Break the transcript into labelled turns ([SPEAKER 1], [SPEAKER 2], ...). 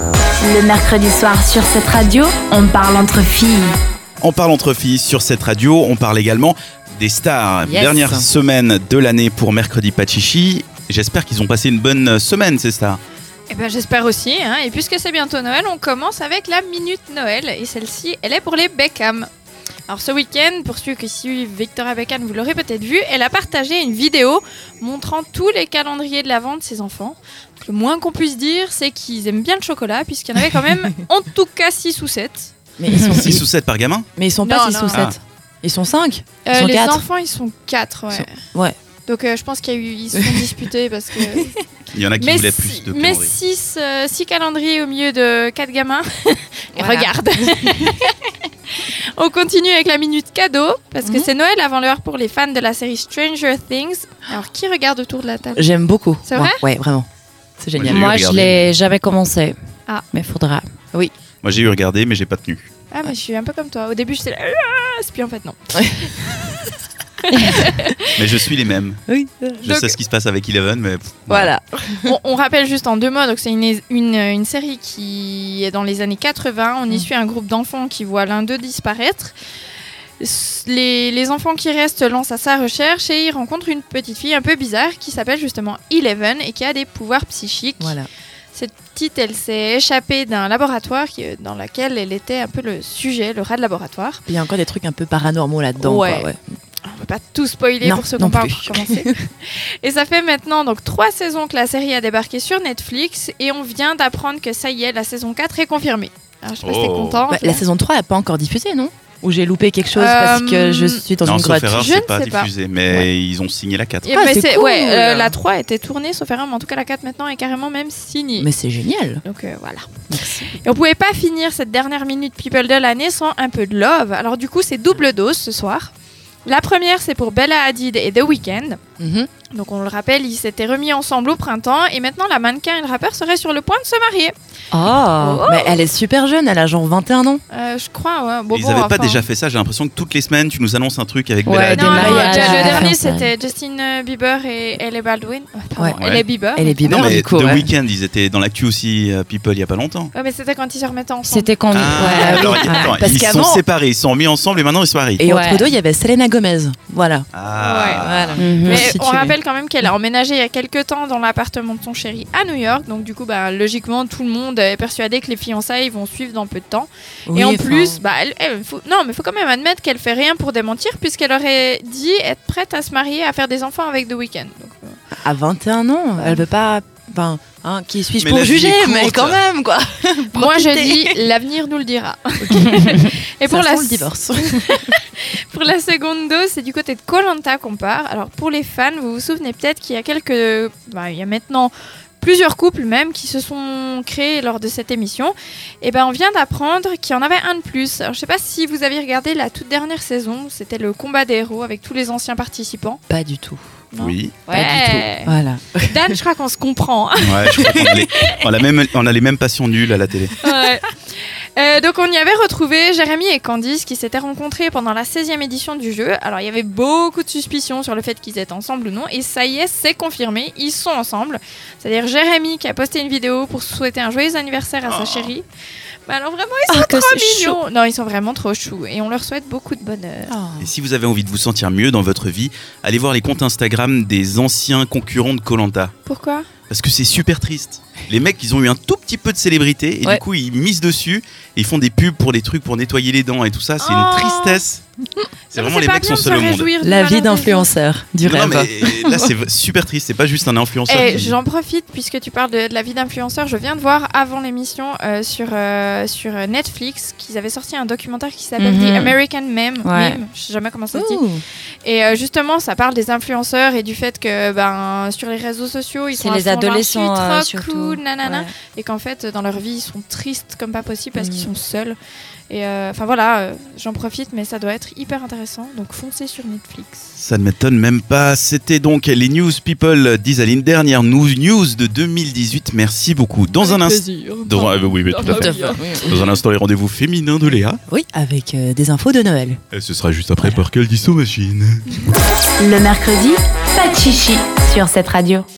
[SPEAKER 1] Le mercredi soir sur cette radio, on parle entre filles.
[SPEAKER 2] On parle entre filles sur cette radio, on parle également des stars.
[SPEAKER 3] Yes.
[SPEAKER 2] Dernière semaine de l'année pour Mercredi Pachichi. J'espère qu'ils ont passé une bonne semaine, ces stars.
[SPEAKER 4] Eh ben, j'espère aussi. hein. Et puisque c'est bientôt Noël, on commence avec la Minute Noël. Et celle-ci, elle est pour les Beckham. Alors ce week-end, pour ceux qui suivent Victoria Beckham, vous l'aurez peut-être vu, elle a partagé une vidéo montrant tous les calendriers de la vente de ses enfants. Donc, le moins qu'on puisse dire, c'est qu'ils aiment bien le chocolat, puisqu'il y en avait quand même en tout cas 6 ou Euh, 7.
[SPEAKER 3] Mais ils sont,
[SPEAKER 2] 6 ou 7 par gamin
[SPEAKER 3] mais ils sont pas
[SPEAKER 4] Non,
[SPEAKER 3] 6
[SPEAKER 4] non.
[SPEAKER 3] ou 7. Ils sont 5 Ils sont
[SPEAKER 4] les
[SPEAKER 3] quatre.
[SPEAKER 4] enfants, ils sont 4, ouais.
[SPEAKER 3] ouais.
[SPEAKER 4] Donc euh, je pense qu'ils ils se sont disputés parce que...
[SPEAKER 2] Il y en a qui
[SPEAKER 4] mais
[SPEAKER 2] voulaient plus de
[SPEAKER 4] mais
[SPEAKER 2] calendrier.
[SPEAKER 4] six, euh, six calendriers au milieu de quatre gamins. Et
[SPEAKER 3] Voilà.
[SPEAKER 4] Regarde. On continue avec la minute cadeau parce que
[SPEAKER 3] Mhm.
[SPEAKER 4] c'est Noël avant l'heure pour les fans de la série Stranger Things. Alors qui regarde autour de la table
[SPEAKER 3] J'aime beaucoup.
[SPEAKER 4] C'est
[SPEAKER 3] Moi, Ouais, vraiment. C'est
[SPEAKER 2] Moi,
[SPEAKER 3] génial.
[SPEAKER 2] j'ai-
[SPEAKER 5] Moi, je
[SPEAKER 2] regardé.
[SPEAKER 5] l'ai jamais commencé.
[SPEAKER 4] Ah.
[SPEAKER 5] Mais faudra.
[SPEAKER 2] Moi, j'ai eu regardé, mais j'ai pas tenu.
[SPEAKER 4] Ah mais je suis un peu comme toi. Au début j'étais là, Ah et puis en fait non.
[SPEAKER 2] Mais je suis les mêmes.
[SPEAKER 3] Oui.
[SPEAKER 2] Je
[SPEAKER 4] Donc-
[SPEAKER 2] sais ce qui se passe avec Eleven, mais pff,
[SPEAKER 3] Voilà.
[SPEAKER 4] on, on rappelle juste en deux mots, donc c'est une, une- une série qui est dans les années 80. On y
[SPEAKER 3] Mm.
[SPEAKER 4] suit un groupe d'enfants qui voit l'un d'eux disparaître. S- Les, les enfants qui restent lancent à sa recherche et ils rencontrent une petite fille un peu bizarre qui s'appelle justement Eleven et qui a des pouvoirs psychiques.
[SPEAKER 3] Voilà.
[SPEAKER 4] Cette petite, elle s'est échappée d'un laboratoire qui- dans lequel elle était un peu le sujet, le rat de laboratoire.
[SPEAKER 3] Il y a encore des trucs un peu paranormaux là-dedans.
[SPEAKER 4] Ouais.
[SPEAKER 3] quoi, ouais.
[SPEAKER 4] On peut pas tout spoiler
[SPEAKER 3] Non,
[SPEAKER 4] pour ceux qui
[SPEAKER 3] non
[SPEAKER 4] n'ont pas
[SPEAKER 3] plus.
[SPEAKER 4] encore commencé. et ça fait maintenant donc trois saisons que la série a débarqué sur Netflix et on vient d'apprendre que ça y est, la saison 4 est confirmée. Alors, je sais pas si t'es
[SPEAKER 2] Oh.
[SPEAKER 4] content.
[SPEAKER 3] Ouais, Bah, la saison 3 n'est pas encore diffusée, non Ou j'ai loupé quelque chose
[SPEAKER 4] Euh,
[SPEAKER 3] parce que je suis dans
[SPEAKER 2] non,
[SPEAKER 3] une
[SPEAKER 2] sauf
[SPEAKER 3] grotte.
[SPEAKER 2] erreur,
[SPEAKER 4] Je
[SPEAKER 2] c'est
[SPEAKER 4] ne
[SPEAKER 2] pas
[SPEAKER 4] sais pas.
[SPEAKER 2] diffusé. Mais ils ont signé la 4.
[SPEAKER 4] Et
[SPEAKER 3] Ah,
[SPEAKER 4] mais
[SPEAKER 3] c'est
[SPEAKER 4] Eh c'est-
[SPEAKER 3] cool.
[SPEAKER 4] ouais, euh, la 3 était tournée sauf erreur, mais en tout cas la 4 maintenant est carrément même signée.
[SPEAKER 3] Mais c'est génial.
[SPEAKER 4] Donc euh, voilà.
[SPEAKER 3] Merci.
[SPEAKER 4] Et on pouvait pas finir cette dernière minute People de l'année sans un peu de love. Alors du coup, c'est double dose ce soir. La première, c'est pour Bella Hadid et The Weeknd.
[SPEAKER 3] Mhm.
[SPEAKER 4] Donc on le rappelle, ils s'étaient remis ensemble au printemps et maintenant la mannequin et le rappeur seraient sur le point de se marier.
[SPEAKER 5] Oh.
[SPEAKER 3] Mais elle est super jeune, elle a genre 21 ans.
[SPEAKER 4] Euh, je crois, ouais. Bon,
[SPEAKER 2] ils
[SPEAKER 4] bon,
[SPEAKER 2] n'avaient pas
[SPEAKER 4] enfin, Euh,
[SPEAKER 2] déjà fait ça. J'ai l'impression que toutes les semaines, tu nous annonces un truc avec
[SPEAKER 5] Ouais,
[SPEAKER 2] Bella Hadid.
[SPEAKER 5] des
[SPEAKER 4] Non, non,
[SPEAKER 5] mariages.
[SPEAKER 4] le dernier
[SPEAKER 5] Personne.
[SPEAKER 4] c'était Justin Bieber et elle Baldwin. Ouais, pardon,
[SPEAKER 3] Ouais.
[SPEAKER 4] Elle est Bieber.
[SPEAKER 3] Elle est
[SPEAKER 2] Non,
[SPEAKER 3] Bieber,
[SPEAKER 2] mais
[SPEAKER 3] du coup.
[SPEAKER 2] The
[SPEAKER 3] ouais.
[SPEAKER 2] Weeknd, ils étaient dans l'actu aussi, euh, People, il y a pas longtemps.
[SPEAKER 4] Ouais, mais c'était quand ils se remettaient ensemble.
[SPEAKER 5] C'était con.
[SPEAKER 2] Ah,
[SPEAKER 5] ouais,
[SPEAKER 2] alors,
[SPEAKER 5] oui.
[SPEAKER 2] attends,
[SPEAKER 3] Parce
[SPEAKER 2] ils se sont
[SPEAKER 3] qu'avant-
[SPEAKER 2] séparés, ils se sont remis ensemble et maintenant ils se marient.
[SPEAKER 3] Et
[SPEAKER 5] Ouais.
[SPEAKER 3] entre deux, il y avait Selena Gomez. Voilà.
[SPEAKER 2] Ah.
[SPEAKER 4] Ouais, voilà.
[SPEAKER 5] Mhm.
[SPEAKER 4] Mais
[SPEAKER 3] Si
[SPEAKER 4] on
[SPEAKER 3] tu veux.
[SPEAKER 4] rappelle quand même qu'elle a emménagé il y a quelques temps dans l'appartement de son chéri à New York. Donc, du coup, bah, logiquement, tout le monde est persuadé que les fiançailles vont suivre dans peu de temps.
[SPEAKER 3] Oui,
[SPEAKER 4] et en
[SPEAKER 3] enfin,
[SPEAKER 4] plus, bah, elle, elle- faut, non, mais faut quand même admettre qu'elle fait rien pour démentir, puisqu'elle aurait dit être prête à se marier, à faire des enfants avec The Weeknd. Donc, euh,
[SPEAKER 3] à 21 ans, elle veut pas. Enfin, hein, qui suis-je
[SPEAKER 2] Mais
[SPEAKER 3] pour
[SPEAKER 2] la vie
[SPEAKER 3] juger
[SPEAKER 2] est courte.
[SPEAKER 3] Mais quand même, quoi.
[SPEAKER 4] moi, je
[SPEAKER 3] Profitez.
[SPEAKER 4] dis, l'avenir nous le dira. et pour
[SPEAKER 3] Ça
[SPEAKER 4] la,
[SPEAKER 3] sent le divorce.
[SPEAKER 4] pour la seconde dose, c'est du côté de Colanta qu'on part. Alors, pour les fans, vous vous souvenez peut-être qu'il y a quelques, bah, il y a maintenant plusieurs couples même qui se sont créés lors de cette émission. Et ben, on vient d'apprendre qu'il y en avait un de plus. Alors, je sais pas si vous avez regardé la toute dernière saison. C'était le combat des héros avec tous les anciens participants.
[SPEAKER 3] Pas du tout.
[SPEAKER 4] Non.
[SPEAKER 2] Oui,
[SPEAKER 3] Pas du tout. Voilà.
[SPEAKER 4] Dan, je crois qu'on se comprend.
[SPEAKER 2] ouais, je crois qu'on a les- on, a même- on a les mêmes passions nulles à la télé.
[SPEAKER 4] Ouais. Euh, donc on y avait retrouvé Jérémy et Candice qui s'étaient rencontrés pendant la 16e édition du jeu. Alors il y avait beaucoup de suspicions sur le fait qu'ils étaient ensemble ou non. Et ça y est, c'est confirmé, ils sont ensemble. C'est-à-dire Jérémy qui a posté une vidéo pour souhaiter un joyeux anniversaire à sa
[SPEAKER 2] Oh.
[SPEAKER 4] chérie. Mais alors vraiment,
[SPEAKER 5] Ah, que
[SPEAKER 4] ils
[SPEAKER 5] c'est
[SPEAKER 4] sont
[SPEAKER 5] chaud.
[SPEAKER 4] mignons. Non, ils sont vraiment trop choux. Et on leur souhaite beaucoup de bonheur.
[SPEAKER 2] Et si vous avez envie de vous sentir mieux dans votre vie, allez voir les comptes Instagram des anciens concurrents de Colanta.
[SPEAKER 4] Pourquoi
[SPEAKER 2] Parce que c'est super triste. Les mecs, ils ont eu un tout petit peu de célébrité et
[SPEAKER 3] Ouais.
[SPEAKER 2] du coup, ils misent dessus. Et ils font des pubs pour des trucs pour nettoyer les dents et tout ça. C'est une
[SPEAKER 4] Oh.
[SPEAKER 2] tristesse. C'est
[SPEAKER 4] Non, mais
[SPEAKER 2] vraiment les
[SPEAKER 4] pas
[SPEAKER 2] mecs
[SPEAKER 4] bien
[SPEAKER 2] sont
[SPEAKER 4] de se
[SPEAKER 2] seuls au monde.
[SPEAKER 4] réjouir du
[SPEAKER 3] La vie
[SPEAKER 4] malheur des gens.
[SPEAKER 3] d'influenceur, du
[SPEAKER 2] Non,
[SPEAKER 3] rêve.
[SPEAKER 2] mais là, c'est v- super triste. C'est pas juste un influenceur.
[SPEAKER 4] Et
[SPEAKER 2] qui-
[SPEAKER 4] Eh, j'en profite puisque tu parles de, de la vie d'influenceur. Je viens de voir avant l'émission euh, sur, euh, sur euh, Netflix qu'ils avaient sorti un documentaire qui s'appelle
[SPEAKER 5] Mhm.
[SPEAKER 4] The American Meme.
[SPEAKER 5] Ouais.
[SPEAKER 4] Meme, Je sais jamais comment ça se dit.
[SPEAKER 3] Ouh.
[SPEAKER 4] Et euh, justement, ça parle des influenceurs et du fait que ben, sur les réseaux sociaux, ils
[SPEAKER 5] C'est
[SPEAKER 4] sont à
[SPEAKER 5] les
[SPEAKER 4] fond dans le
[SPEAKER 5] adolescents,
[SPEAKER 4] shit,
[SPEAKER 5] euh,
[SPEAKER 4] rock,
[SPEAKER 5] surtout.
[SPEAKER 4] cool, nanana.
[SPEAKER 5] Ouais.
[SPEAKER 4] Et qu'en fait, dans leur vie, ils sont tristes comme pas possible parce
[SPEAKER 3] Mhm.
[SPEAKER 4] qu'ils sont seuls. Et euh, enfin voilà, euh, j'en profite, mais ça doit être hyper intéressant. Donc foncez sur Netflix.
[SPEAKER 2] Ça ne m'étonne même pas. C'était donc les News People d'Isaline. Dernière news, news de 2018. Merci beaucoup. Dans un instant. Dans, euh, oui, oui, tout à fait. Dans un instant, les rendez-vous féminins de Léa.
[SPEAKER 3] Oui, avec euh, des infos de Noël.
[SPEAKER 2] Et ce sera juste après par Parkel Disso Machine.
[SPEAKER 1] Le mercredi, pas de chichi sur cette radio.